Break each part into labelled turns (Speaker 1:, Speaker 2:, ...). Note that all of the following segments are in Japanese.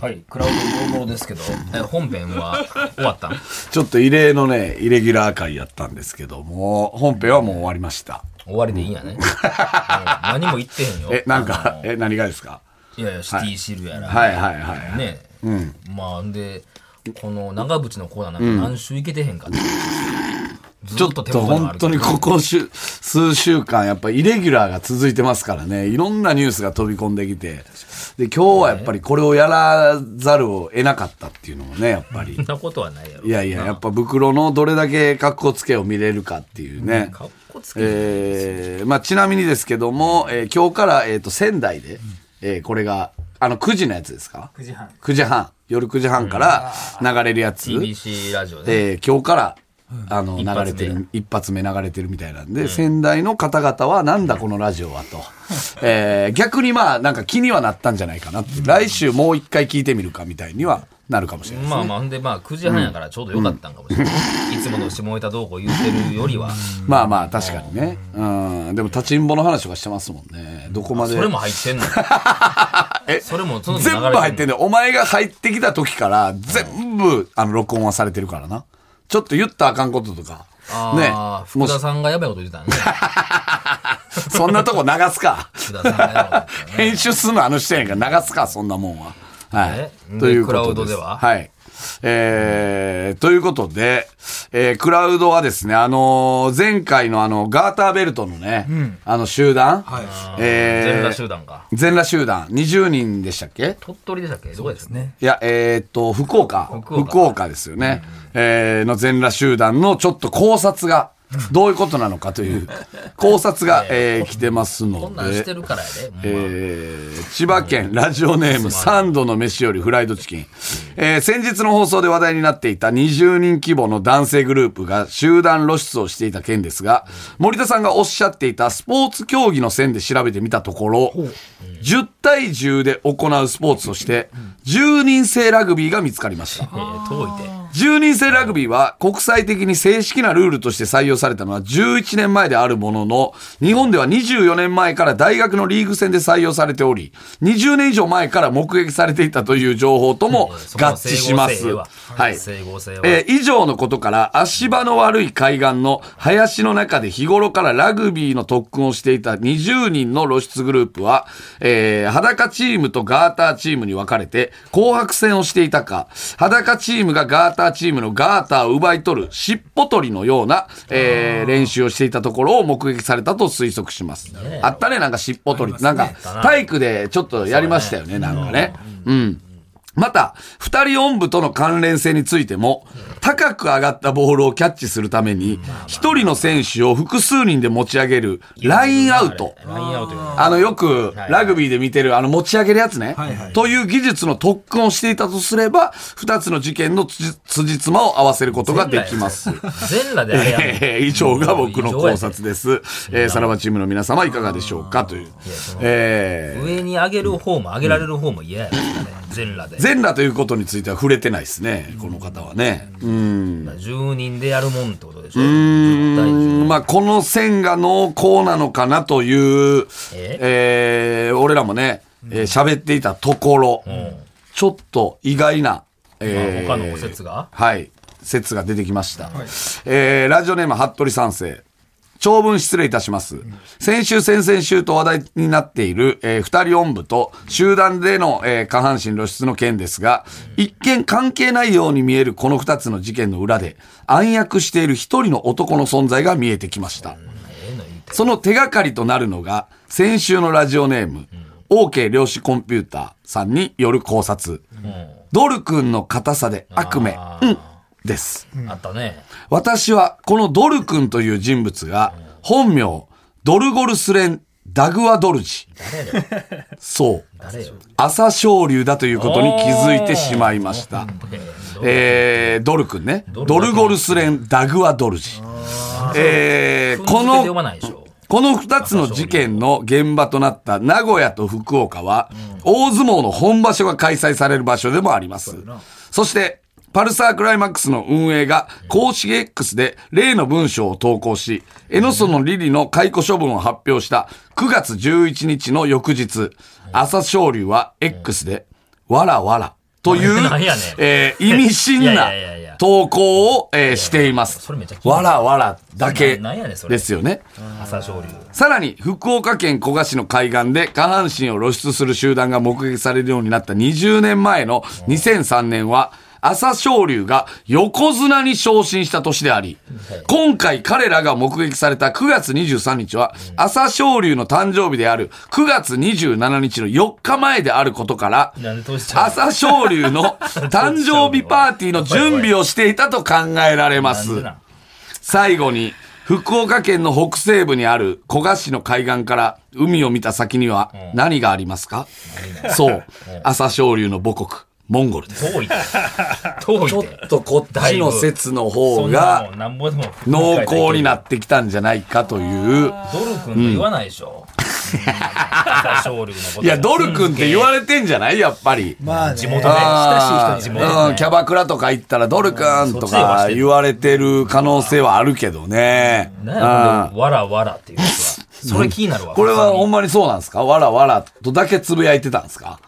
Speaker 1: はい、クラウドボロボロですけど、え本編は終わったの
Speaker 2: ちょっと異例のね、イレギュラー回やったんですけども、本編はもう終わりました。
Speaker 1: 終わりでいいん やね。うん何も言ってへんよ。
Speaker 2: え、なん
Speaker 1: あ
Speaker 2: か、
Speaker 1: の
Speaker 2: え、何がですか
Speaker 1: いやいや、シティシルやら。
Speaker 2: はいはいはいはい
Speaker 1: ね。まあ、んで、この長渕のコーナーなんか何週いけてへんかって。
Speaker 2: ち
Speaker 1: ず
Speaker 2: ょ
Speaker 1: っ
Speaker 2: っ
Speaker 1: と手
Speaker 2: と
Speaker 1: 元にあ
Speaker 2: 本
Speaker 1: るけ
Speaker 2: 当
Speaker 1: ど
Speaker 2: にここしゅ数週間、やっぱイレギュラーが続いてますからね、いろんなニュースが飛び込んできて、で、今日はやっぱりこれをやらざるを得なかったっていうのもね、やっぱり
Speaker 1: そん。なことはないやろ。
Speaker 2: いやいや、やっぱ袋のどれだけ格好つけを見れるかっていうね。
Speaker 1: かっこつけて
Speaker 2: えーまあ、ちなみにですけども、えー今日から、えー、と仙台で、えーこれがあの9時のやつですか9時半夜9時半から流れるやつ、
Speaker 1: TBC ラジオ
Speaker 2: え
Speaker 1: で。
Speaker 2: ー今日から、あの
Speaker 1: 一
Speaker 2: 流れ
Speaker 1: 発目
Speaker 2: てる一発目流れてるみたいなんで、仙台の方々はなんだこのラジオはと、えー逆にまあなんか気にはなったんじゃないかなって、来週もう一回聞いてみるかみたいにはなるかもしれないですね
Speaker 1: まあまあ、ほんで、まあ、9時半やからちょうどよかったんかもしれない。いつもの下ネタどうこう言ってるよりは、
Speaker 2: まあまあ確かにね、うん、でも立ちんぼの話とかしてますもんねどこまで
Speaker 1: それも入って んの。
Speaker 2: え
Speaker 1: それもその
Speaker 2: 全部
Speaker 1: 流れてんの
Speaker 2: 入ってんねんお前が入ってきた時から全部あの録音はされてるからなちょっと言ったらあかんこととか
Speaker 1: ああ、
Speaker 2: ねも
Speaker 1: 福
Speaker 2: う
Speaker 1: 田さんがやばいこと言ってたね。
Speaker 2: そんなとこ流す か
Speaker 1: 福田さんがやばいこと言ってたね。
Speaker 2: 編集するのあの人やんから流すかそんなもんはは
Speaker 1: え
Speaker 2: い
Speaker 1: で
Speaker 2: ということです
Speaker 1: クラウドではい
Speaker 2: えー、ということで、えークラウドはですね、あのー前回のあの、ガーターベルトのね、あの集団、えー
Speaker 1: 全裸集団か。
Speaker 2: 全裸集団20人でしたっけ
Speaker 1: 鳥取でしたっけどこでしたっけね。
Speaker 2: いや、えーっと、福岡。
Speaker 1: 福岡
Speaker 2: ですよね。えーの全裸集団のちょっと考察が、どういうことなのかという考察が、えー来てます
Speaker 1: こ
Speaker 2: の
Speaker 1: んなんして
Speaker 2: で。
Speaker 1: るからやで。もう
Speaker 2: えー千葉県ラジオネーム3度の飯よりフライドチキン、えー先日の放送で話題になっていた20人規模の男性グループが集団露出をしていた件ですが森田さんがおっしゃっていたスポーツ競技の線で調べてみたところ10対10で行うスポーツとして10人制ラグビーが見つかりました
Speaker 1: えー遠いて。
Speaker 2: 10人制ラグビーは国際的に正式なルールとして採用されたのは11年前であるものの、日本では24年前から大学のリーグ戦で採用されており、20年以上前から目撃されていたという情報とも
Speaker 1: そこ
Speaker 2: 合
Speaker 1: の
Speaker 2: 致しま
Speaker 1: 整合性
Speaker 2: す。
Speaker 1: は
Speaker 2: はい。
Speaker 1: 整合性は。
Speaker 2: えー以上のことから足場の悪い海岸の林の中で日頃からラグビーの特訓をしていた20人の露出グループは、えー裸チームとガーターチームに分かれて紅白戦をしていたか裸チームがガーターチームのガーターを奪い取る尻尾取りのような、えー練習をしていたところを目撃されたと推測しますあったねなんか尻尾取り、なんか体育でちょっとやりましたよねなんかねうんまた、二人音部との関連性についても、高く上がったボールをキャッチするために、一人の選手を複数人で持ち上げる、ラインアウト。
Speaker 1: ラインアウトよね
Speaker 2: あの、よく、ラグビーで見てる、あの、持ち上げるやつね。という技術の特訓をしていたとすれば、二つの事件のつじ辻褄を合わせることができます。
Speaker 1: 全裸であれやん。い
Speaker 2: えー 以上が僕の考察です。えーさらばチームの皆様いかがでしょうかという。えー
Speaker 1: 上に上げる方も上げられる方も嫌やからね。全裸で。
Speaker 2: 全裸ということについては触れてないですね、この方はね。うん。
Speaker 1: 10人でやるもんってことでしょ。10対10
Speaker 2: まあ、この線が濃厚なのかなという、えー俺らもね、えー喋っていたところ、ちょっと意外な、えー
Speaker 1: まあ他のご説が
Speaker 2: はい、説が出てきました。えーラジオネーム、服部三世。長文失礼いたします。先週、先々週と話題になっている、えー二人音部と集団での、えー下半身露出の件ですが、一見関係ないように見えるこの二つの事件の裏で、暗躍している一人の男の存在が見えてきました。その手がかりとなるのが、先週のラジオネーム、OK 量子コンピューターさんによる考察。ドル君の硬さで悪名、うん、です。
Speaker 1: あったね。
Speaker 2: 私はこのドル君という人物が本名ドルゴルスレン・ダグアドルジそう
Speaker 1: 誰よ。
Speaker 2: 朝青龍だということに気づいてしまいましたえー、ドル君ねドルゴルスレン・ダグアドルジえー、こ
Speaker 1: この。
Speaker 2: の
Speaker 1: 読まないでしょ。
Speaker 2: この二つの事件の現場となった名古屋と福岡は、大相撲の本場所が開催される場所でもあります。そして、パルサークライマックスの運営が公式 X で例の文章を投稿し、江ノ園のリリの解雇処分を発表した9月11日の翌日、朝青龍は X で、わらわら、という
Speaker 1: なんやねん、
Speaker 2: えー意味深
Speaker 1: い
Speaker 2: な
Speaker 1: やいやいやいや
Speaker 2: 投稿を、えーしています
Speaker 1: それめっちゃ気。にな
Speaker 2: わ
Speaker 1: る
Speaker 2: らわらだけ
Speaker 1: ななんやねんそれ
Speaker 2: ですよね。
Speaker 1: 朝青龍
Speaker 2: さらに、福岡県古賀市の海岸で下半身を露出する集団が目撃されるようになった20年前の2003年は、朝青龍が横綱に昇進した年であり、今回彼らが目撃された9月23日は、朝青龍の誕生日である9月27日の4日前であることから、
Speaker 1: なんで通しちゃう
Speaker 2: 朝青龍の誕生日パーティーの準備をしていたと考えられま
Speaker 1: なんですな。ん
Speaker 2: 最後に、福岡県の北西部にある古賀市の海岸から海を見た先には何がありますか、そう、朝青龍の母国、モンゴルです。
Speaker 1: 遠いって遠いって
Speaker 2: とこっちの説の方が
Speaker 1: そんなもんなんぼでも
Speaker 2: 濃厚になってきたんじゃないかという。
Speaker 1: ドル君と言わないでしょ、朝青龍のこと
Speaker 2: いや、ドル君って言われてんじゃないやっぱり。
Speaker 3: まあね、
Speaker 1: 地元ね
Speaker 2: あ
Speaker 3: 親
Speaker 2: ー
Speaker 3: しい
Speaker 1: 地
Speaker 3: 人
Speaker 1: 元
Speaker 3: に
Speaker 1: ね
Speaker 2: うん、キャバクラとか行ったらドル君とか言われてる可能性はあるけどね。
Speaker 1: なんやこのわらわらっていうやつはそれ気になるわ
Speaker 2: これはほんまにそうなんですかわらわらとだけつぶやいてたんですか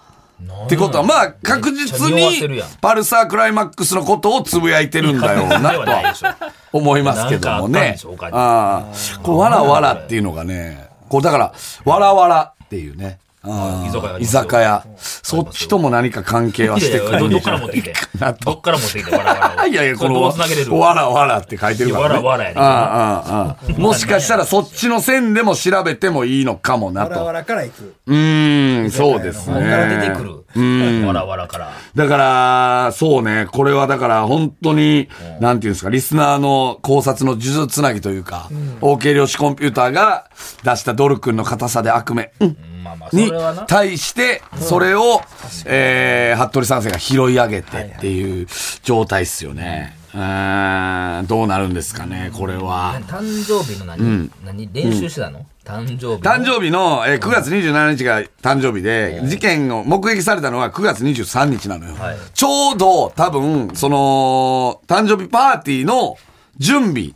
Speaker 2: ってことは、まあ確実
Speaker 1: めっちゃ匂わせる
Speaker 2: に
Speaker 1: やん
Speaker 2: パルサークライマックスのことをつぶやいてるんだよな
Speaker 1: で
Speaker 2: と
Speaker 1: はないで
Speaker 2: は
Speaker 1: しょ
Speaker 2: 思いますけども
Speaker 1: なんかあったん
Speaker 2: ね
Speaker 1: でしょう。他に
Speaker 2: ああこれわらわらっていうのがね、こうだから、わらわらっていうね。あ
Speaker 1: 居酒屋
Speaker 2: あ居酒屋。そっちとも何か関係はいし
Speaker 1: や
Speaker 2: て
Speaker 1: い
Speaker 2: く
Speaker 1: や
Speaker 2: るん
Speaker 1: ど
Speaker 2: じ
Speaker 1: っか
Speaker 2: ゃ
Speaker 1: ら
Speaker 2: な
Speaker 1: 持って
Speaker 2: い
Speaker 1: きて
Speaker 2: かな
Speaker 1: どっ
Speaker 2: と。
Speaker 1: から持ってきてわらわらを
Speaker 2: いやいや、この、
Speaker 1: どうつなげれる
Speaker 2: わらわらって書いてるから、ね。
Speaker 1: わらわらやね
Speaker 2: ああああああもしかしたらそっちの線でも調べてもいいのかもな
Speaker 3: わらわ
Speaker 2: と。
Speaker 3: らから行く。
Speaker 2: うーん、そうです
Speaker 1: ここから出
Speaker 2: ね
Speaker 1: て。くるわらわらから
Speaker 2: だから、そうね、これはだから本当に、なんていうんですか、リスナーの考察の呪術つなぎというか、OK 量子コンピューターが出したドル君の硬さで悪名うん
Speaker 1: まあまあそ
Speaker 2: に
Speaker 1: れはな
Speaker 2: 対して、それを、えー、服部三世が拾い上げてっていう状態っすよね。うーん、どうなるんですかね、これは。
Speaker 1: 誕生日の何何練習してたの誕生日
Speaker 2: 誕生日の、えー9月27日が誕生日で、事件を目撃されたのは9月23日なのよ。
Speaker 1: はい
Speaker 2: ちょうど多分、その、誕生日パーティーの準備、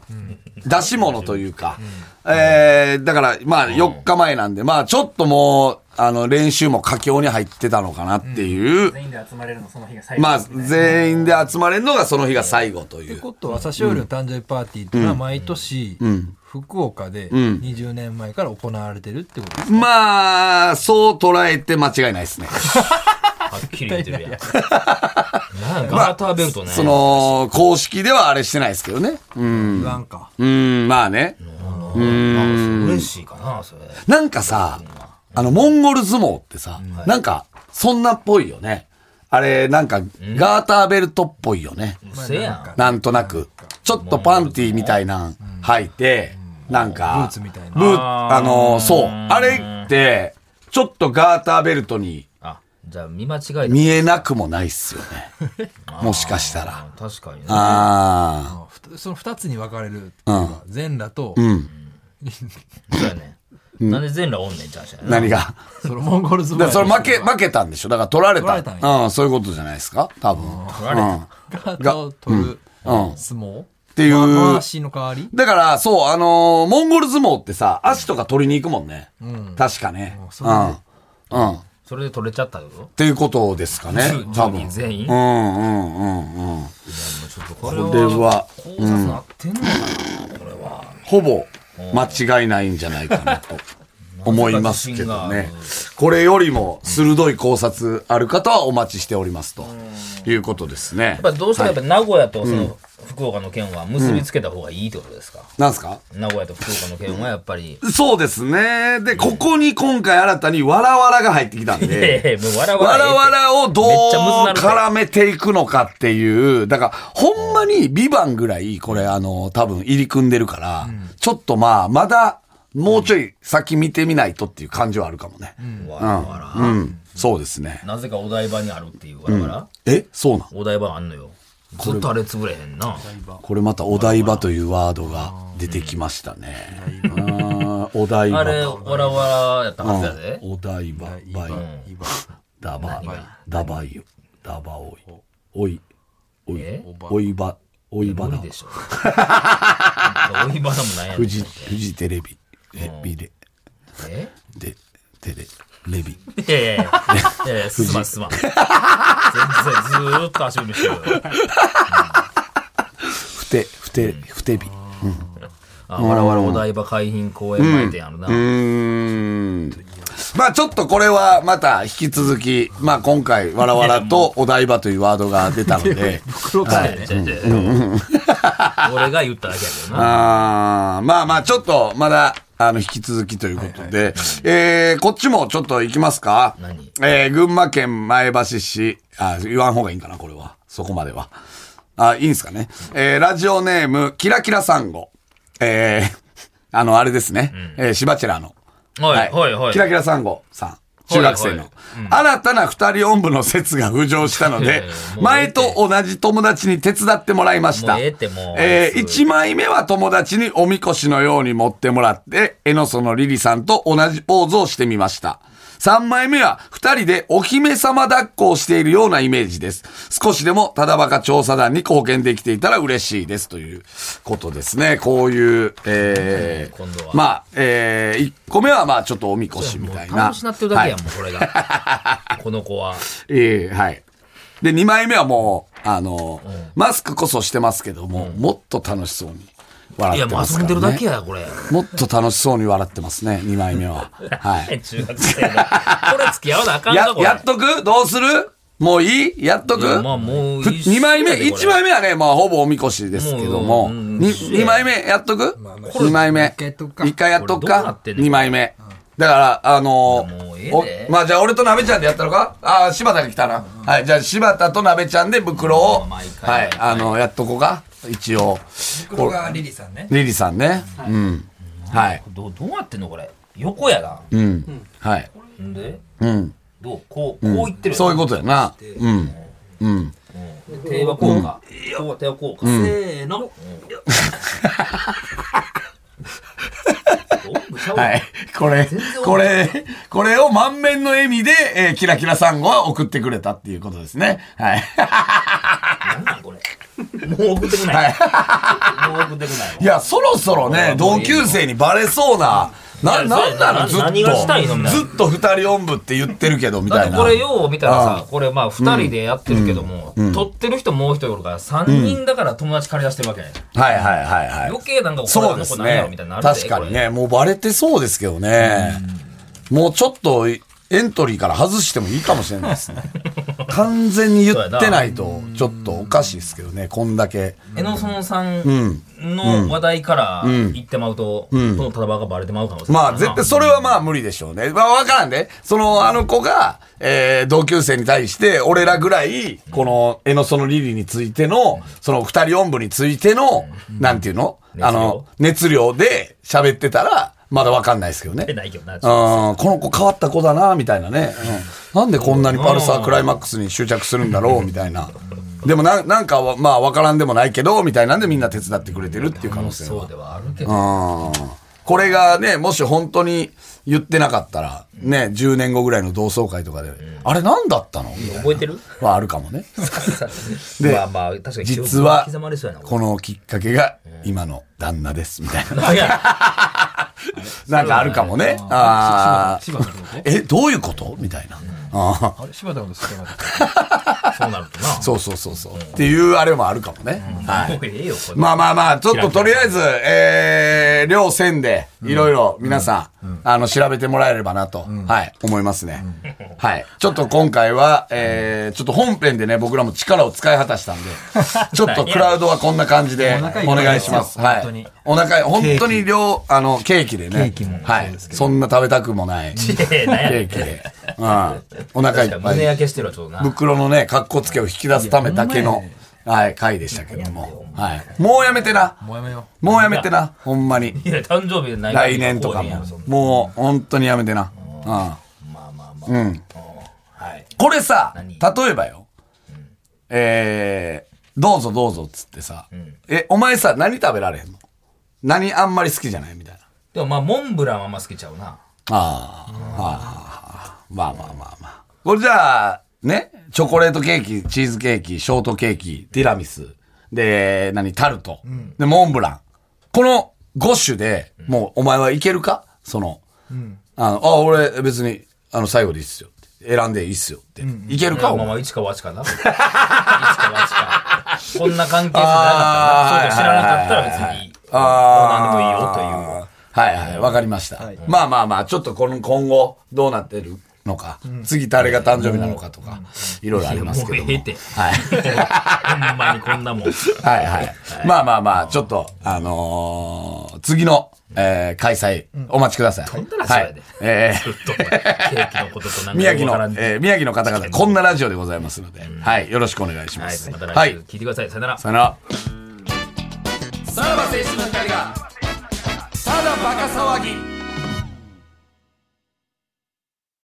Speaker 2: 出し物というか、えーだから、まあ4日前なんで、まあちょっともう、あの、練習も佳境に入ってたのかなっていう、
Speaker 4: 全員で集まれるのその日が最後
Speaker 2: まあ
Speaker 4: ですね
Speaker 2: 全員で集まれるのがその日が最後とい
Speaker 3: って
Speaker 2: う。
Speaker 3: ことは、朝青龍の誕生日パーティーってのは毎年、福岡で20年前から行われてるってことです。
Speaker 2: まあ、そう捉えて間違いないですね。
Speaker 1: はっきり言ってるやんなんやガーターベルトね
Speaker 2: その、公式ではあれしてないですけどね。うん。
Speaker 3: 言わんか。
Speaker 2: うん、まあね。
Speaker 1: なんか嬉しいかなそれ
Speaker 2: なんかさ、あの、モンゴル相撲ってさ、なんか、そんなっぽいよね。あれ、なんか、ガーターベルトっぽいよね。
Speaker 1: うせやん
Speaker 2: なんとなく。ちょっとパンティーみたいなん履いて、なんか、
Speaker 3: ブーツみたいな
Speaker 2: ブーあの、そう。あれって、ちょっとガーターベルトに
Speaker 1: あじゃあ見間違え
Speaker 2: 見えなくもないっすよね。もしかしたら。
Speaker 1: た確かにね
Speaker 2: ああ。
Speaker 3: ふその二つに分かれるっていうか。全裸と、
Speaker 1: そうやねなんで全裸おんねんちゃうしな
Speaker 2: 何が。
Speaker 3: そのモンゴル相
Speaker 2: だから
Speaker 3: 撲。
Speaker 2: それ負け、負けたんでしょだから取られた。
Speaker 3: 取られたん
Speaker 2: うん、そういうことじゃないですか多分。取
Speaker 1: られた
Speaker 3: ガーターを取る相撲っ
Speaker 2: っていう。
Speaker 3: 回しの代わり
Speaker 2: だから、そう、あのーモンゴル相撲ってさ、足とか取りに行くもんね。確かね。
Speaker 3: そうれで
Speaker 2: ん。うん。っ
Speaker 1: それで取れちゃったよ
Speaker 2: ていうことですかね。
Speaker 1: 10
Speaker 2: 多分。
Speaker 1: 人全員
Speaker 2: うんうんうんうん。
Speaker 1: ちょっとこれ
Speaker 2: これは、
Speaker 1: 考察なってんのかなこれは
Speaker 2: ほぼ間違いないんじゃないかなと思いますけどね。これよりも鋭い考察ある方はお待ちしておりますということですね。
Speaker 1: やっぱどうしてもやっぱ名古屋とその福岡の県は結びつけた方がいいってことですか、
Speaker 2: なんすか
Speaker 1: 名古屋と福岡の県はやっぱり、
Speaker 2: そうですね。で、ここに今回新たにわらわらが入ってきたん
Speaker 1: いやいや
Speaker 2: で
Speaker 1: い。やもうわらわ
Speaker 2: わ
Speaker 1: ら
Speaker 2: ら
Speaker 1: ええって
Speaker 2: わらをどう
Speaker 1: めっちゃむずなるから
Speaker 2: 絡めていくのかっていう、だから、ほんまにビバンぐらい、これ、あの、多分入り組んでるから、ちょっとまあ、まだ、もうちょい先見てみないとっていう感じはあるかもね。
Speaker 1: わらわ
Speaker 2: う
Speaker 1: ら、
Speaker 2: ん、そうですね。
Speaker 1: なぜかお台場にあるっていうわらわら、
Speaker 2: え、そうなん
Speaker 1: お台場あんのよずっとあれ潰れへんな
Speaker 2: これまたお台場というワードが出てきましたね。あーお台
Speaker 1: あれ
Speaker 2: 場。
Speaker 1: わらわらやったはずやで、
Speaker 2: お台場、バイ、ダバ、ダバイ、ダバオイ、おい、おい
Speaker 1: え、
Speaker 2: おいば、おいば
Speaker 1: 無
Speaker 2: だ
Speaker 1: 理。でしょ おいばらもなんやね
Speaker 2: フ
Speaker 1: ん
Speaker 2: ジ、フジテレビ、レビレ、
Speaker 1: え
Speaker 2: で、テレ、レビ。
Speaker 1: いやいやいやいやいやすまんすまんそ然ずーっと足踏みしてる。
Speaker 2: ふて、ふて、ふてび。う
Speaker 1: あ、わらわらお台場海浜公園前店あるな。
Speaker 2: ーん。まあちょっとこれはまた引き続き、まあ今回、わらわらとお台場というワードが出たの で、
Speaker 3: 黒つね、
Speaker 1: 違う違う違う俺が言っただけやけどな。
Speaker 2: あーまあまあちょっとまだ、あの、引き続きということで、えー、こっちもちょっと行きますか
Speaker 1: 何
Speaker 2: えー、群馬県前橋市、あ、言わん方がいいんかな、これは。そこまでは。あ、いいんすかね。えー、ラジオネーム、キラキラさんご。えー、 あの、あれですね。えー、シバチェラの。
Speaker 1: はい、はい、はい
Speaker 2: キ。ラキラさんごさん。中学生の、
Speaker 1: はい
Speaker 2: 新たな二人音部の説が浮上したの
Speaker 1: いやい
Speaker 2: で
Speaker 1: やもうええて、
Speaker 2: 前と同じ友達に手伝ってもらいました。
Speaker 1: もうええってもう
Speaker 2: えー
Speaker 1: すぐ
Speaker 2: 一枚目は友達におみこしのように持ってもらって、えのそのリリさんと同じポーズをしてみました。三枚目は二人でお姫様抱っこをしているようなイメージです。少しでもただバカ調査団に貢献できていたら嬉しいですということですね。こういう、えー
Speaker 1: 今度は
Speaker 2: まあ、えー、1個目はまあちょっとおみこしみたい
Speaker 1: もう
Speaker 2: な。
Speaker 1: 楽しなってるだけや
Speaker 2: は
Speaker 1: ん、
Speaker 2: い
Speaker 1: もうこれが。 この子は。
Speaker 2: ええはい。で、2枚目はもう、あの、マスクこそしてますけども、もっと楽しそうに
Speaker 1: い
Speaker 2: 笑
Speaker 1: や、
Speaker 2: って
Speaker 1: もう
Speaker 2: ます
Speaker 1: 遊
Speaker 2: から、ね。
Speaker 1: んでるだけや、これ。
Speaker 2: もっと楽しそうに笑ってます ね、2枚目は。はい。
Speaker 1: 中学生の。これ付き合わなあかん
Speaker 2: や
Speaker 1: ぞ、、これ。
Speaker 2: やっとくどうするもういいやっと
Speaker 1: いや
Speaker 2: く
Speaker 1: まあもう
Speaker 2: ふ
Speaker 1: 一緒
Speaker 2: 二枚目、
Speaker 1: やでこれ
Speaker 2: 1枚目はね、まあほぼおみこしですけども、
Speaker 1: もううん
Speaker 2: に
Speaker 1: 一緒や
Speaker 2: 二枚目やっとく
Speaker 3: まあまあ
Speaker 2: ?2 枚目。
Speaker 3: 一回やっとくか
Speaker 2: 一回やっとく
Speaker 1: これどうな
Speaker 2: か
Speaker 1: ってんねん
Speaker 2: ?2 枚目。だから、あの
Speaker 1: いやもうええ
Speaker 2: お
Speaker 1: で
Speaker 2: まあじゃあ俺となべちゃんでやったのかああ、柴田が来たな。はい、じゃあ柴田となべちゃんで袋を、
Speaker 1: まあ
Speaker 2: は
Speaker 1: 毎回
Speaker 2: い、あの、やっとこうか一応。
Speaker 3: 黒がリリさんね。
Speaker 2: リリさんね。うん。はい。
Speaker 1: どうどうなってんの、これ。横やな。
Speaker 2: うん。はい。
Speaker 1: んで、
Speaker 2: うん。
Speaker 1: どうこう、こう言ってるよな
Speaker 2: そういうことやな。うん。うん。
Speaker 1: うん手はこうか。こう手はこうか。せーの。 よっどうもちゃうわ
Speaker 2: はい。これ
Speaker 1: 全然、
Speaker 2: これ、これを満面の笑みで、えーキラキラさんごは送ってくれたっていうことですね。はい。
Speaker 1: なんなんこれ。もう送ってこない。もう送ってこないわ。
Speaker 2: いや、そろそろね、同級生にバレそうな、な、
Speaker 1: いや
Speaker 2: なんなのず
Speaker 1: そ
Speaker 2: っ
Speaker 1: うや
Speaker 2: と。
Speaker 1: な何がしたいのみたいな
Speaker 2: ずっと二人おんぶって言ってるけど、み
Speaker 1: だ
Speaker 2: た
Speaker 1: っ
Speaker 2: い
Speaker 1: て
Speaker 2: な。
Speaker 1: これよう見たら
Speaker 2: ああ
Speaker 1: さ、これまあ2人でやってるけども、撮ってる人もう一人おるから、3人だから友達借り出してるわけね。
Speaker 2: はいはいはいはい。
Speaker 1: 余計なんか、これ
Speaker 2: そう
Speaker 1: あの
Speaker 2: で
Speaker 1: 子
Speaker 2: す
Speaker 1: なんやろ
Speaker 2: ね
Speaker 1: みたいにな。るで
Speaker 2: 確かに。ね、もうバレてそうですけどね。もうちょっとエントリーから外してもいいかもしれない ですね。完全に言ってないと、ちょっとおかしいですけどね、こんだけ。
Speaker 1: 江野園さんの話題から言ってまうと、どのタダバがバレてまうかもしれない。
Speaker 2: まあ、絶対それはまあ無理でしょうね。まあ、わからんで、その、あの子が、えー、同級生に対して、俺らぐらい、この、えのそのリリについての、その二人音部についての、なんていうの
Speaker 1: 熱量
Speaker 2: あの、熱量で喋ってたら、まだわかんないですけどね。
Speaker 1: えないけどな
Speaker 2: うん、この子変わった子だな、みたいなね。うんなんでこんなにパルサークライマックスに執着するんだろう、みたいな。でもな、なんかは、まあ、わからんでもないけど、みたいなんでみんな手伝ってくれてるっていう可能性は
Speaker 1: そうではあるけど。
Speaker 2: うんこれがね、もし本当に言ってなかったら、ね、10年後ぐらいの同窓会とかで、あれ何だったのみたいな
Speaker 1: 覚えてる
Speaker 2: はあるかもね。で
Speaker 1: まあまあ、確かに記憶
Speaker 2: 実は
Speaker 1: 刻まれそうやな。こ
Speaker 2: このきっかけが今の旦那です、みたいな。
Speaker 1: れいや
Speaker 2: なんかあるかもね。あ
Speaker 3: 柴田のこと
Speaker 2: ーえ、どういうことみたいな。あー
Speaker 3: あれ柴田のこと知ってなかった
Speaker 1: そうなるとな。
Speaker 2: そうそうそうそう。っていうあれもあるかもね。はい。
Speaker 1: もうええよ、これ。
Speaker 2: まあまあまあ、ちょっととりあえず、えー、両線で、いろいろ皆さん、あの、調べてもらえればなと、はい、思いますね。はい。ちょっと今回は、えー、ちょっと本編でね、僕らも力を使い果たしたん で、ちょっとクラウドはこんな感じで、お願いします。は
Speaker 3: お腹
Speaker 2: い。お腹
Speaker 3: いっぱいです
Speaker 2: い、本当に両、あの、ケーキでね。はい。そんな食べたくも ない。ケ
Speaker 1: ええなんやねん
Speaker 2: ーキで。うん。お腹いっぱ
Speaker 1: 胸
Speaker 2: い。
Speaker 1: 焼けしてるわ、ちょっとな。
Speaker 2: 袋のね、格好つけを引き出すためだけの、はい、回でしたけども。はい。もうやめてな。
Speaker 3: もうやめよ
Speaker 2: もうやめてな、ほんまに。
Speaker 1: いや、誕生日でない
Speaker 2: 来年とか
Speaker 1: こうやん
Speaker 2: も
Speaker 1: そん。な
Speaker 2: もう、本当にやめてな。うん。
Speaker 1: まあまあまあ。うん。はい。
Speaker 2: これさ、
Speaker 1: 何
Speaker 2: 例えばよ。えー、どうぞどうぞっつってさ、え、お前さ、何食べられへんの何あんまり好きじゃないみたいな。
Speaker 1: でもまあ、モンブランはあんま好きちゃうな。
Speaker 2: ああ、ああ、まあまあまあまあ。これじゃあ、ね、チョコレートケーキ、チーズケーキ、ショートケーキ、ティラミス、で、何、タルト、で、モンブラン。この5種で、もうお前はいけるかその、あの、あ、俺別に、あの、最後でいいっすよって。選んでいいっすよって。いけるか、お
Speaker 1: ま
Speaker 2: 前
Speaker 1: あまあ、一か八かな。一か八か。こんな関係性じゃなかったな。そうか知らなかったら別に、どうなんでもいいよという。
Speaker 2: あーはいはい、わかりました。まあまあまあ、ちょっとこの今後どうなってるのか、次誰が誕生日なのかとか、いろいろありますけども。
Speaker 1: もうええって
Speaker 2: はい。
Speaker 1: ほんまにこんな もん。
Speaker 2: はいはい。まあまあまあ、ちょっと、あのー次の、えー開催、お待ちください。
Speaker 1: どんなラジオ
Speaker 2: は
Speaker 1: や
Speaker 2: い
Speaker 1: で。
Speaker 2: え
Speaker 1: ずっ
Speaker 2: ー
Speaker 1: と、ケーキのこととなんか
Speaker 2: 宮
Speaker 1: よく
Speaker 2: 城
Speaker 1: わから
Speaker 2: の
Speaker 1: ん、
Speaker 2: えー宮城の方々、こんなラジオでございますので、はい、よろしくお願いしま
Speaker 1: はい
Speaker 2: す。、
Speaker 1: また
Speaker 2: は
Speaker 1: 来
Speaker 2: い
Speaker 1: 週、聞いてください。さよなら。
Speaker 2: さよならさらば青春の光がただバカ騒ぎ